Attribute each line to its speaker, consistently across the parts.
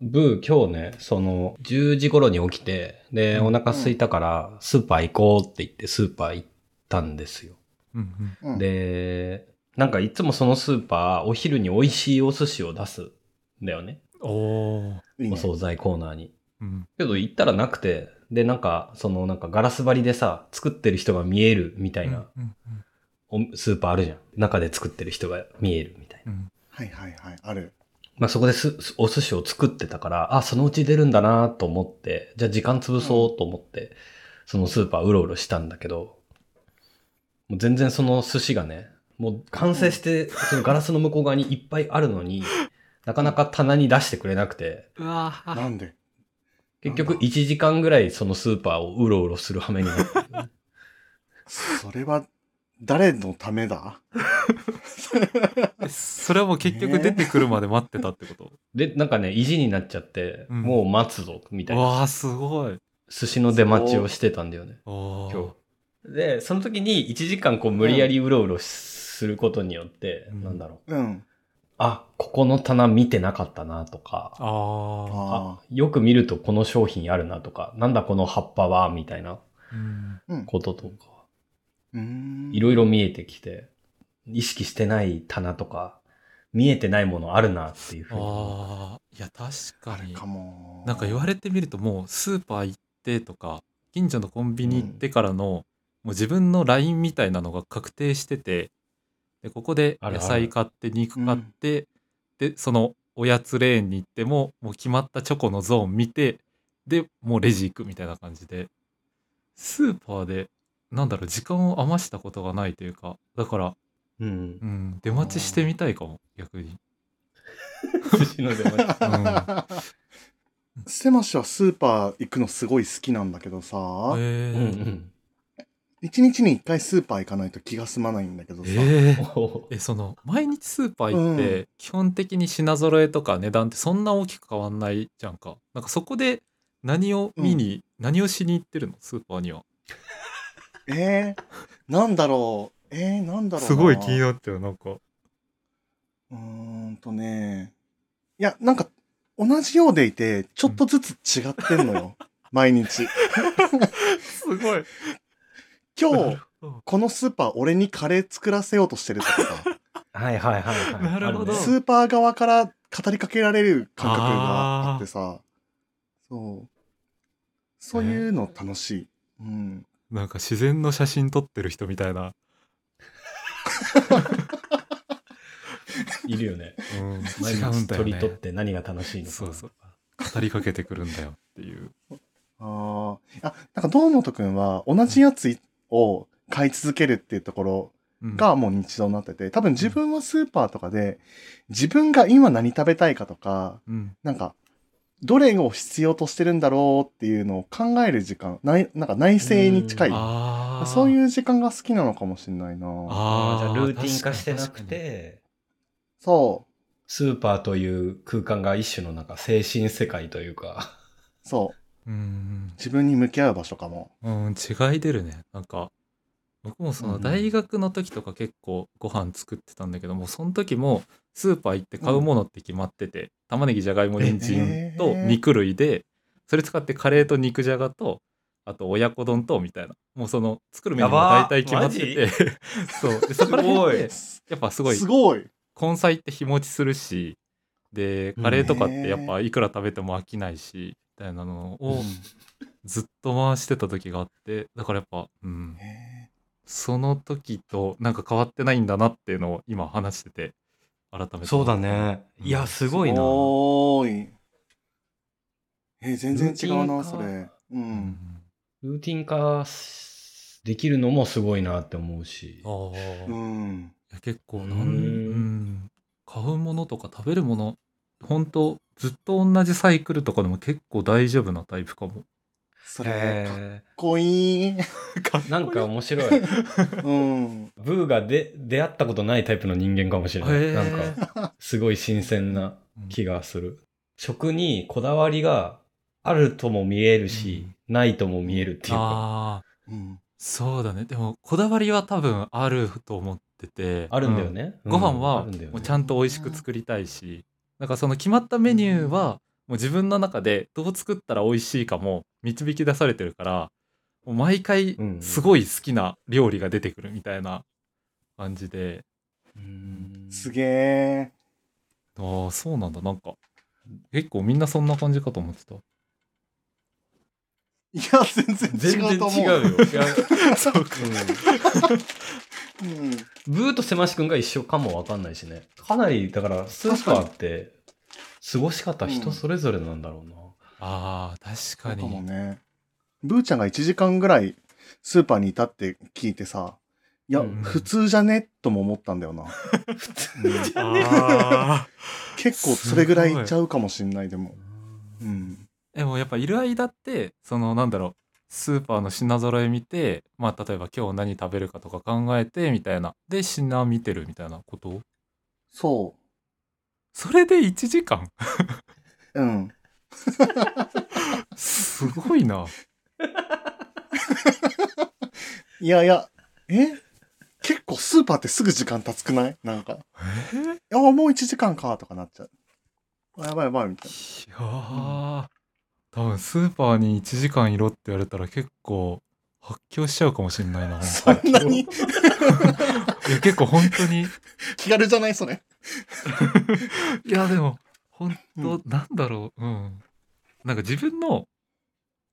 Speaker 1: ブー今日ね、その、10時頃に起きて、で、お腹空いたから、スーパー行こうって言って、スーパー行ったんですよ。
Speaker 2: うん
Speaker 3: うん、
Speaker 1: で、なんかいつもそのスーパー、お昼に美味しいお寿司を出すんだよね。
Speaker 2: うん。おー。
Speaker 3: いいね
Speaker 1: お惣菜コーナーに。
Speaker 2: うん。
Speaker 1: けど行ったらなくて、で、なんか、その、なんかガラス張りでさ、作ってる人が見えるみたいな、
Speaker 2: うんうん
Speaker 1: おスーパーあるじゃん。中で作ってる人が見えるみたいな。
Speaker 2: うん
Speaker 3: はいはいはい、ある。
Speaker 1: まあそこですすお寿司を作ってたから、あ、そのうち出るんだなと思って、じゃあ時間潰そうと思って、そのスーパーうろうろしたんだけど、もう全然その寿司がね、もう完成して、そのガラスの向こう側にいっぱいあるのに、なかなか棚に出してくれなくて、
Speaker 2: うわー
Speaker 3: なんで
Speaker 1: 結局1時間ぐらいそのスーパーをうろうろする羽目になってる。
Speaker 3: それは、誰のためだ
Speaker 2: えそれはもう結局
Speaker 3: ね
Speaker 2: 出てくるまで待ってたってこと、
Speaker 1: で、なんかね、意地になっちゃって、
Speaker 2: うん
Speaker 1: もう待つぞ、みたいな。
Speaker 2: わあすごい
Speaker 1: 寿司の出待ちをしてたんだよね、
Speaker 2: おー
Speaker 1: 今日。で、その時に1時間こう無理やりうろうろすることによって、
Speaker 2: うん
Speaker 1: なんだろう。
Speaker 3: うん。
Speaker 1: あ、ここの棚見てなかったなとか、
Speaker 2: あ
Speaker 3: ああ。
Speaker 1: よく見るとこの商品あるなとか、なんだこの葉っぱは、みたいな
Speaker 2: あ、うん、
Speaker 1: こととか、
Speaker 3: うーん。
Speaker 1: いろいろ見えてきて、意識してない棚とか、見えてないものあるなっていうふうに。
Speaker 2: あーいや確
Speaker 3: あ
Speaker 2: か
Speaker 3: る
Speaker 2: に
Speaker 3: かも。
Speaker 2: なんか言われてみるともうスーパー行ってとか近所のコンビニ行ってからの、もう自分の LINE みたいなのが確定しててでここで
Speaker 1: あるある
Speaker 2: 野菜買って肉買って、でそのおやつレーンに行ってももう決まったチョコのゾーン見てでもうレジ行くみたいな感じでスーパーでなんだろう時間を余したことがないというかだから、
Speaker 1: うん
Speaker 2: う。ん、出待ちしてみたいかも逆に。
Speaker 1: 寿司の出待ち。
Speaker 3: ステマッシュはスーパー行くのすごい好きなんだけどさ、
Speaker 2: え
Speaker 1: うんうん。
Speaker 3: 一日に一回スーパー行かないと気が済まないんだけどさ、
Speaker 2: えー
Speaker 1: おー
Speaker 2: えその毎日スーパー行って基本的に品揃えとか値段ってそんな大きく変わんないじゃんかなんかそこで何を見に、何をしに行ってるのスーパーには
Speaker 3: えー、なんだろう、えー、なんだろうな。
Speaker 2: すごい気になったよなんか
Speaker 3: うーんとね、いや、なんか同じようでいて、ちょっとずつ違ってんの よ、毎日。
Speaker 2: すごい
Speaker 3: 今日、このスーパー俺にカレー作らせようとしてるとかさ、
Speaker 1: はいはいはいはい。
Speaker 2: なるほど
Speaker 1: あね
Speaker 3: スーパー側から語りかけられる感覚があってさ、そう。そういうの楽しい。うん。
Speaker 2: なんか自然の写真撮ってる人みたいな、
Speaker 1: いるよね。
Speaker 2: うん、
Speaker 1: 毎
Speaker 2: 違うん
Speaker 1: 日
Speaker 2: だよ
Speaker 1: 取り取っ
Speaker 2: ね
Speaker 1: て何が楽しいのか。
Speaker 2: そうそう語りかけてくるんだよっていう
Speaker 3: ああ。あ、なんか堂本くんは同じやつを買い続けるっていうところ
Speaker 2: うん
Speaker 3: がもう日常になってて、多分自分はスーパーとかで自分が今何食べたいかとか、
Speaker 2: うん
Speaker 3: なんか、どれを必要としてるんだろうっていうのを考える時間、ないなんか内省に近い。
Speaker 2: ああ
Speaker 3: そう
Speaker 2: う
Speaker 3: いう時間が好きなのかもしれないな。
Speaker 1: あー
Speaker 2: あ
Speaker 1: じゃあ
Speaker 2: ー
Speaker 1: ルーティン化してなく
Speaker 2: 確かに
Speaker 1: て、
Speaker 3: そ
Speaker 1: スーパーという空間が一種のなんか精神世界というか、
Speaker 3: う。そ
Speaker 2: う
Speaker 3: う。
Speaker 2: ん
Speaker 3: 自分に向き合う場所かも。
Speaker 2: うん、違い出るね。なんか、僕もそ
Speaker 3: うん
Speaker 2: の
Speaker 3: うん
Speaker 2: 大学の時とか結構ご飯作ってたんだけども、その時もスーパー行って買うものって決まってて、玉ねぎ、じゃがいも、
Speaker 1: え
Speaker 2: 人参と
Speaker 3: えー
Speaker 2: 肉類で、それ使ってカレーと肉じゃがと、あと親子丼とみたいな。もうその作るメニューも大体決まって
Speaker 1: や
Speaker 2: て、 そう。で、そこら辺って、
Speaker 3: す
Speaker 2: やっぱす
Speaker 3: ご
Speaker 2: ご
Speaker 3: い。
Speaker 2: い
Speaker 3: すごい。
Speaker 2: 根菜って日持ちするしでカレーとかってやっぱいくら食べても飽きないしみたいなのをずっと回してた時があってだからやっぱ、うん、
Speaker 3: へ
Speaker 2: その時となんか変わってないんだなっていうのを今話してて改めて思ったいや
Speaker 1: す
Speaker 3: ー
Speaker 1: ご
Speaker 3: すごーい。えー、全然違う
Speaker 1: ルーティ
Speaker 3: な、
Speaker 1: ンか
Speaker 3: それ。う。
Speaker 2: うんん
Speaker 1: ルーティン化しできるのもすごいなって思うし
Speaker 2: あ。ー
Speaker 3: う
Speaker 2: い
Speaker 3: ん。
Speaker 2: や結
Speaker 1: う
Speaker 2: 構なんん、うん、買うものとか食べるもの本当ずっと同じサイクルとかでも結構大丈夫なタイプかも。
Speaker 3: それ、かっ
Speaker 1: へ
Speaker 3: こいい。
Speaker 1: ーなんか面白い。
Speaker 3: うん。
Speaker 1: ブーがで出会ったことないタイプの人間かもしれない。
Speaker 2: へー
Speaker 1: なんか、すごい新鮮な気がする。食にこだわりがあるとも見えるし、ないとも見えるっていうか、
Speaker 2: ああ
Speaker 3: うん。
Speaker 2: そうだねでもこだわりは多分あると思ってて
Speaker 1: あるんだよ、ね。
Speaker 2: うんご飯
Speaker 1: う
Speaker 2: は
Speaker 1: んあるんだよね
Speaker 2: もうちゃんと美味しく作りたいしなんかその決まったメニューはもう自分の中でどう作ったら美味しいかも導き出されてるからもう毎回
Speaker 1: うんうん
Speaker 2: すごい好きな料理が出てくるみたいな感じで、
Speaker 3: すげえ。
Speaker 2: ああそうなんだなんか結構みんなそんな感じかと思ってた
Speaker 3: いや、全然違うと思う。
Speaker 2: よいやそうか
Speaker 3: うん。
Speaker 1: ブーとせましくんが一緒かもわかんないしね。かなり、だから、スーパーって、過ごし方人それぞれなんだろうな。
Speaker 2: あー
Speaker 3: そ
Speaker 2: 確か
Speaker 3: うかも
Speaker 2: に
Speaker 3: ね。ブーちゃんが1時間ぐらいスーパーにいたって聞いてさ、いや、
Speaker 1: うん
Speaker 3: 普通じゃねとも思ったんだよな。
Speaker 2: あー
Speaker 3: 結構それぐらいいっちゃうかもしんない、でも。うん。
Speaker 2: でもやっぱいる間ってそのなんだろうスーパーの品揃え見てまあ例えば今日何食べるかとか考えてみたいなで品見てるみたいなこと
Speaker 3: そ
Speaker 2: それで1時間
Speaker 3: う。うん。
Speaker 2: すごい ない
Speaker 3: やいや、え結構スーパーってすぐ時間経つくないなんか。ああ、もう1時間か、とかなっちゃう。あやばいやばい、みたい
Speaker 2: いやー多分スーパーに1時間いろって言われたら結構発狂しちゃうかもしれないな
Speaker 3: な。そんなに
Speaker 2: いや結構本当に
Speaker 3: 気軽じゃないそれ。
Speaker 2: いやでも本当、
Speaker 3: う
Speaker 2: なんだろううんなんか自分の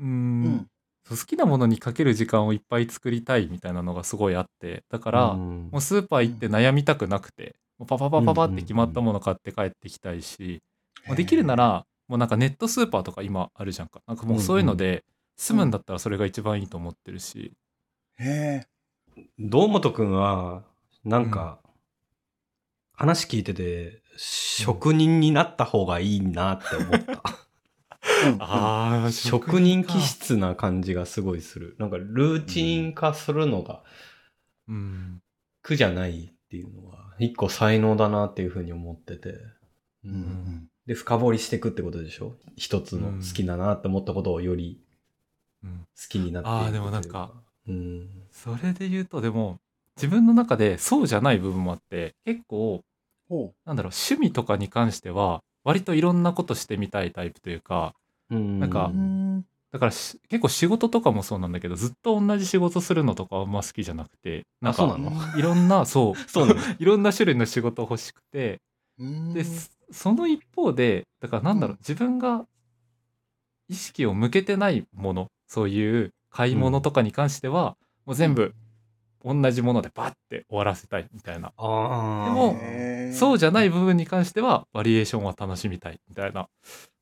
Speaker 2: うー
Speaker 3: うんん。
Speaker 2: そう好きなものにかける時間をいっぱい作りたいみたいなのがすごいあってだから、
Speaker 1: うん
Speaker 2: もうスーパー行って悩みたくなくて、もうパパパパパって決まったもの買って帰ってきたいし、まあできるならもうなんかネットスーパーとか今あるじゃんかなんかもうそういうので済むんだったらそれが一番いいと思ってるし、
Speaker 3: へえ。
Speaker 1: 堂本くんは、なんか、話聞いてて、職人になった方がいいなって思った。
Speaker 3: うんうん
Speaker 2: ああ
Speaker 1: 職人気、質な感じがすごいする。なんか、ルーチン化するのが
Speaker 2: うん、
Speaker 1: 苦じゃないっていうのは、一個才能だなっていうふうに思ってて。う
Speaker 3: うんうん
Speaker 1: で、深掘りしていくってことでしょ一つの
Speaker 2: うん
Speaker 1: 好きだなって思ったことをより
Speaker 2: うん
Speaker 1: 好きになっていく
Speaker 2: あー
Speaker 1: とい
Speaker 2: で
Speaker 1: う
Speaker 2: もなんか。
Speaker 1: うん。
Speaker 2: それで言うとでも自分の中でそうじゃない部分もあって結構
Speaker 3: ほ
Speaker 2: なんだろう趣味とかに関しては割といろんなことしてみたいタイプというか
Speaker 1: うん
Speaker 2: なん
Speaker 3: う。
Speaker 2: か
Speaker 3: うーん
Speaker 2: だからし結構仕事とかもそうなんだけどずっと同じ仕事するのとかあんま好きじゃなくてなん
Speaker 1: あ、そうな
Speaker 2: か
Speaker 1: の
Speaker 2: いろんなそう
Speaker 1: そうなの
Speaker 2: いろんな種類の仕事欲しくて
Speaker 3: うーん
Speaker 2: でそその一方でだからなんだろう
Speaker 3: うん
Speaker 2: 自分が意識を向けてないものそういう買い物とかに関してはもう全部同じものでバッて終わらせたいみたいな
Speaker 1: ああ。
Speaker 2: でも
Speaker 3: へー
Speaker 2: そうじゃない部分に関してはバリエーションは楽しみたいみたいな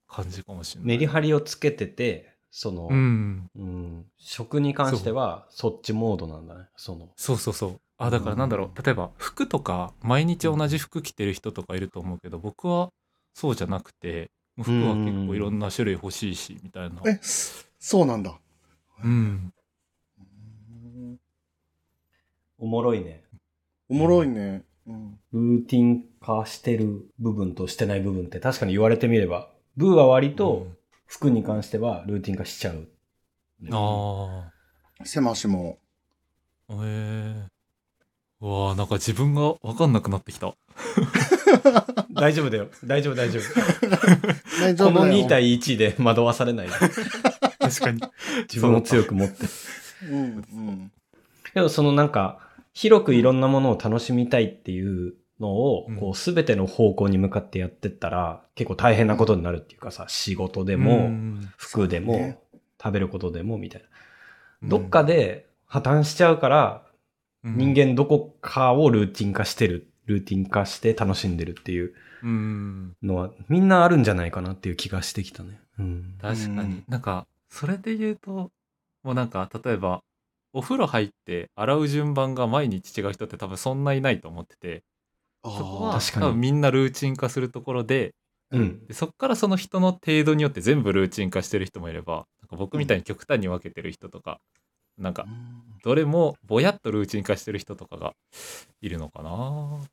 Speaker 2: 感じかもしれない。
Speaker 1: メリハリをつけてて、その、
Speaker 2: うん
Speaker 1: うん食に関してはそっちモードなんだね。その。
Speaker 2: そうそうそうあだからなんだろう、
Speaker 1: うん
Speaker 2: 例えば服とか毎日同じ服着てる人とかいると思うけど僕はそうじゃなくてもう服は結構いろんな種類欲しいしみたいな
Speaker 3: え、すそうなんだ。
Speaker 2: うん
Speaker 1: おもろいね。
Speaker 3: おもろいね。うん。
Speaker 1: ルーティン化してる部分としてない部分って確かに言われてみれば、ブーは割と服に関してはルーティン化しちゃう。
Speaker 2: うんあ
Speaker 3: せましも。
Speaker 2: あへえうわあなんか自分が分かんなくなってきた
Speaker 1: 大丈夫だよ。大丈夫、大丈夫。
Speaker 3: 大
Speaker 1: この2
Speaker 3: 体
Speaker 1: 対1で惑わされないで。
Speaker 2: 確かに
Speaker 1: 自分を強く持って。
Speaker 3: うんうん。
Speaker 1: けど、そのなんか、広くいろんなものを楽しみたいっていうのを
Speaker 2: う、ん
Speaker 1: こう、すべての方向に向かってやってったら、結構大変なことになるっていうかさ、仕事 で
Speaker 2: で
Speaker 1: も、服で
Speaker 3: そうね
Speaker 1: も、食べることでも、みたいな。どっかで破綻しちゃうから、人間どこかをルーティン化してる。ルーティン化して楽しんでるっていう
Speaker 2: 間うん
Speaker 1: のは、みんなあるんじゃないかなっていう気がしてきたね。うん。
Speaker 2: 確か
Speaker 3: う
Speaker 2: に
Speaker 3: ん。
Speaker 2: なんか、それで言うと、もうなんか、例えば、お風呂入って洗う順番が毎日違う人って多分そんないないと思ってて、
Speaker 3: あ
Speaker 2: そこは
Speaker 1: 確かに
Speaker 2: 多分みんなルーチン化するところで、
Speaker 1: うん。
Speaker 2: でそこからその人の程度によって全部ルーチン化してる人もいれば、なんか僕みたいに極端に分けてる人とか、なんか
Speaker 3: ーう、ん
Speaker 2: どれもぼやっとルーチン化してる人とかがいるのかな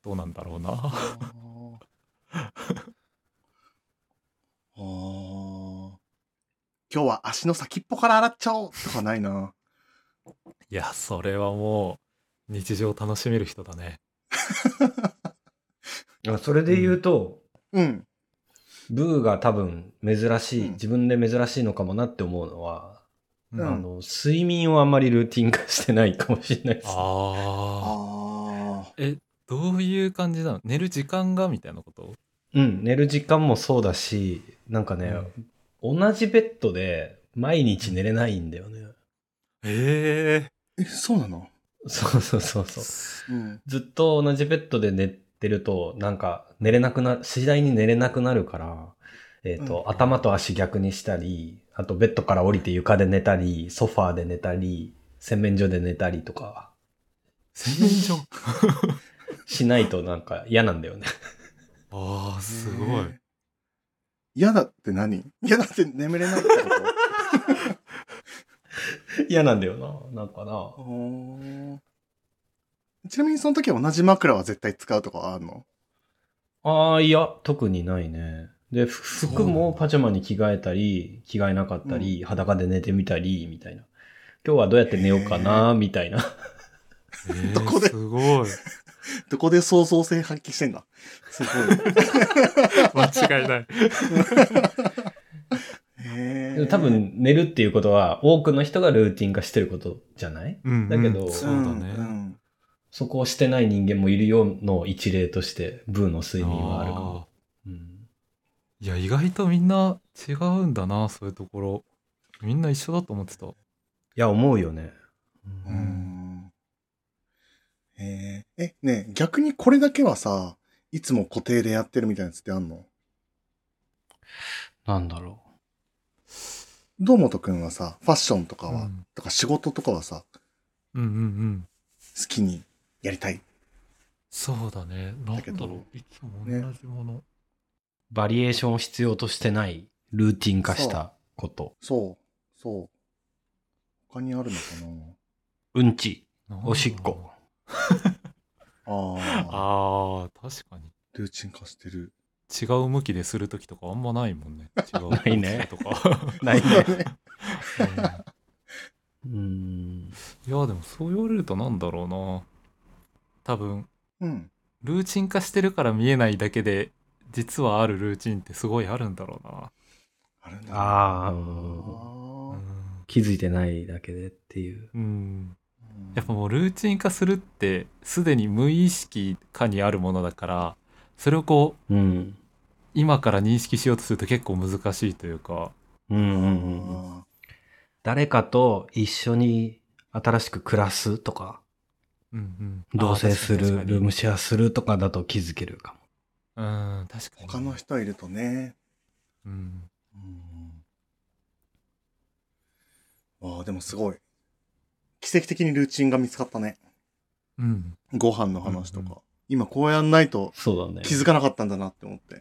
Speaker 2: どうなんだろうな。
Speaker 3: あーあー。今日は足の先っぽから洗っちゃおうとかないな。
Speaker 2: いや、それはもう、日常を楽しめる人だね。
Speaker 1: あそれで言うと、
Speaker 3: うん。
Speaker 1: ブーが多分珍しい、
Speaker 3: うん
Speaker 1: 自分で珍しいのかもなって思うのは、
Speaker 2: うん
Speaker 3: うん
Speaker 1: あの、睡眠をあんまりルーティン化してないかもしれないです。
Speaker 2: ああ
Speaker 3: ああ。
Speaker 2: えどういう感じなの寝る時間がみたいなこと
Speaker 1: うん、寝る時間もそうだし、なんかね、同じベッドで毎日寝れないんだよね。
Speaker 2: え
Speaker 3: え、そうなの
Speaker 1: そうそうそう
Speaker 2: え
Speaker 1: そう。
Speaker 3: うん。
Speaker 1: ずっと同じベッドで寝てると、なんか寝れなくな、次第に寝れなくなるから、えっ、と、
Speaker 3: うん
Speaker 1: 頭と足逆にしたり、あとベッドから降りて床で寝たり、ソファーで寝たり、洗面所で寝たりとか、
Speaker 2: 洗面所
Speaker 1: しないとなんか嫌なんだよね。
Speaker 2: ああすごい、
Speaker 3: へえ。嫌だって何嫌だって眠れないってこ
Speaker 1: 嫌なんだよな、なんかな
Speaker 3: と。おーちなみにその時は同じ枕は絶対使うとかはあるの
Speaker 1: ああ、いや、特にないね。で、ふ
Speaker 2: う
Speaker 1: 服もパジャマに着替えたり、着替えなかったり、裸で寝てみたり、みたいな。今日はどうやって寝ようかな、みたいな。
Speaker 2: ええ
Speaker 3: どこです
Speaker 2: ごい
Speaker 3: どこで創造性発揮してんだす ごい。
Speaker 2: 間違いない
Speaker 3: へ
Speaker 1: で
Speaker 3: え
Speaker 1: も多、分寝るっていうことは多くの人がルーティン化してることじゃない
Speaker 2: うん
Speaker 1: だけど
Speaker 2: うん
Speaker 1: そ
Speaker 2: そうだね、
Speaker 3: んん
Speaker 1: そこをしてない人間もいるようの一例としてブーの睡眠はあるかも。
Speaker 2: あ
Speaker 1: うん
Speaker 2: ーいや意外とみんな違うんだなそういうところみんな一緒だと思ってた
Speaker 1: いや、思うよね。
Speaker 3: う
Speaker 1: うん
Speaker 3: んへええ、ねえ逆にこれだけはさ、いつも固定でやってるみたいなやつってあんの
Speaker 1: なんだろ
Speaker 3: 堂本くんはさ、ファッションとかは、
Speaker 2: うん
Speaker 3: とか仕事とかはさ、
Speaker 2: うんうんうん
Speaker 3: 好きにやりたい。
Speaker 2: そうだねなん
Speaker 3: だけ
Speaker 2: だ
Speaker 3: ど
Speaker 2: ろういつも
Speaker 3: ね
Speaker 2: 同じもの、
Speaker 1: う。バリエーションを必要としてないルーティン化したこと。
Speaker 3: そう、そう。他にあるのか
Speaker 1: うんち、
Speaker 2: なんだろう
Speaker 1: おしっこ。
Speaker 3: なああ、
Speaker 2: あー確かに
Speaker 3: ルーチン化してる。
Speaker 2: 違う向きでする時とかあんまないもんね違う
Speaker 1: ないね
Speaker 2: 向きとか
Speaker 1: ないね。 う
Speaker 2: うん
Speaker 1: ん。
Speaker 2: いやでもそう言われるとなんだろうな多分
Speaker 3: うん。
Speaker 2: ルーチン化してるから見えないだけで実はあるルーチンってすごいあるんだろうな、
Speaker 3: あるんだ。
Speaker 1: ああ、う
Speaker 3: あ
Speaker 1: ん
Speaker 2: う
Speaker 3: ー
Speaker 2: ん
Speaker 1: 気づいてないだけでっていう。
Speaker 2: うん、やっぱもうルーチン化するってすでに無意識下にあるものだからそれをこう
Speaker 1: うん。
Speaker 2: 今から認識しようとすると結構難しいというか
Speaker 1: うんうんうん。
Speaker 3: あ
Speaker 1: 誰かと一緒に新しく暮らすとか、
Speaker 2: うんうん
Speaker 1: 同棲す
Speaker 2: あー確か
Speaker 1: る、
Speaker 2: に
Speaker 1: ルームシェアするとかだと気づけるかも。
Speaker 2: 確かにうん確か
Speaker 3: ー
Speaker 2: に
Speaker 3: 他の人いるとね。
Speaker 2: うん
Speaker 3: ああ、でもすごい。奇跡的にルーチンが見つかったね。
Speaker 2: うん
Speaker 3: ご飯の話とか。
Speaker 2: うんう
Speaker 3: 今こうやんないと
Speaker 1: そうだね
Speaker 3: 気づかなかったんだなって思って。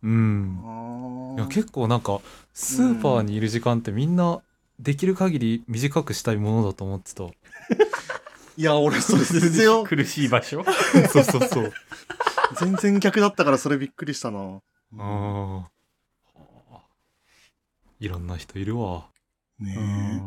Speaker 2: うん
Speaker 3: あ
Speaker 2: いや結構なんかスーパーにいる時間ってみんなできる限り短くしたいものだと思ってた、
Speaker 3: いや、俺それ全 然、
Speaker 1: 苦しい場所
Speaker 2: そうそうそう
Speaker 3: 全然逆だったからそれびっくりしたな。
Speaker 2: あーいろんな人いるわ
Speaker 3: ね